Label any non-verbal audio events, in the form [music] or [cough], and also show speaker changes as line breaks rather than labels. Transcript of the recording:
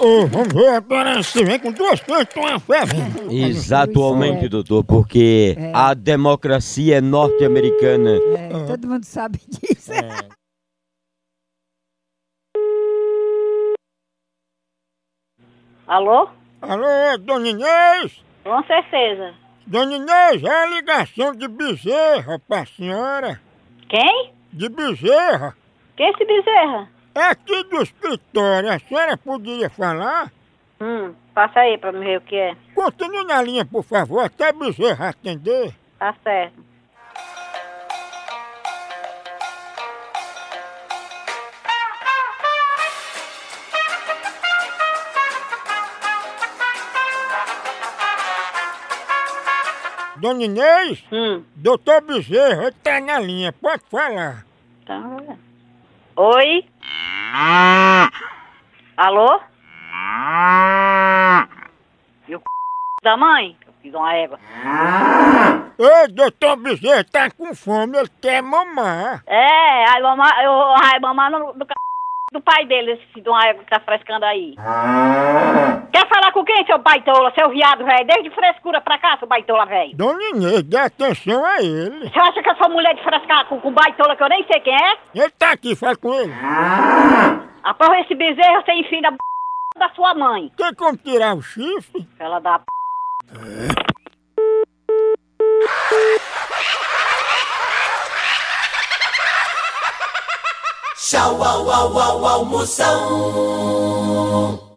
ô, vamos ver agora se vem com duas coisas, então é uma fé, velho.
Exatamente, doutor, porque
É.
a democracia norte-americana.
É, Todo mundo sabe [laughs] disso.
Alô?
Alô, dona Inês?
Com certeza.
Dona Inês, é a ligação de Bezerra pra senhora.
Quem?
De Bezerra?
Quem se bezerra?
É aqui do escritório, a senhora poderia falar?
Hum, passa aí pra me ver o que é.
Continue na linha, por favor, até Bezerra atender.
Tá certo.
Dona Inês,
Hum,
doutor Bezerra tá na linha, pode falar.
tá. Oi? Alô? E o c... da mãe? Eu fiz uma égua.
Ei, doutor Bezerra tá com fome, ele quer mamar.
É, aí mamar, eu, ai, mamar no, no c... do pai dele, esse filho de uma égua que tá frescando aí. Quer falar com quem, seu baitola, seu viado, velho? Desde frescura pra cá, seu baitola, velho.
Dona Inês, dê atenção a ele.
Você acha que eu sou mulher de frescar com, com baitola que eu nem sei quem é?
Ele tá aqui, fala com ele.
A porra esse bezerro sem fim da b... da sua mãe.
Tem como tirar o chifre?
Ela dá p...
Tchau, au, au, au, almoção.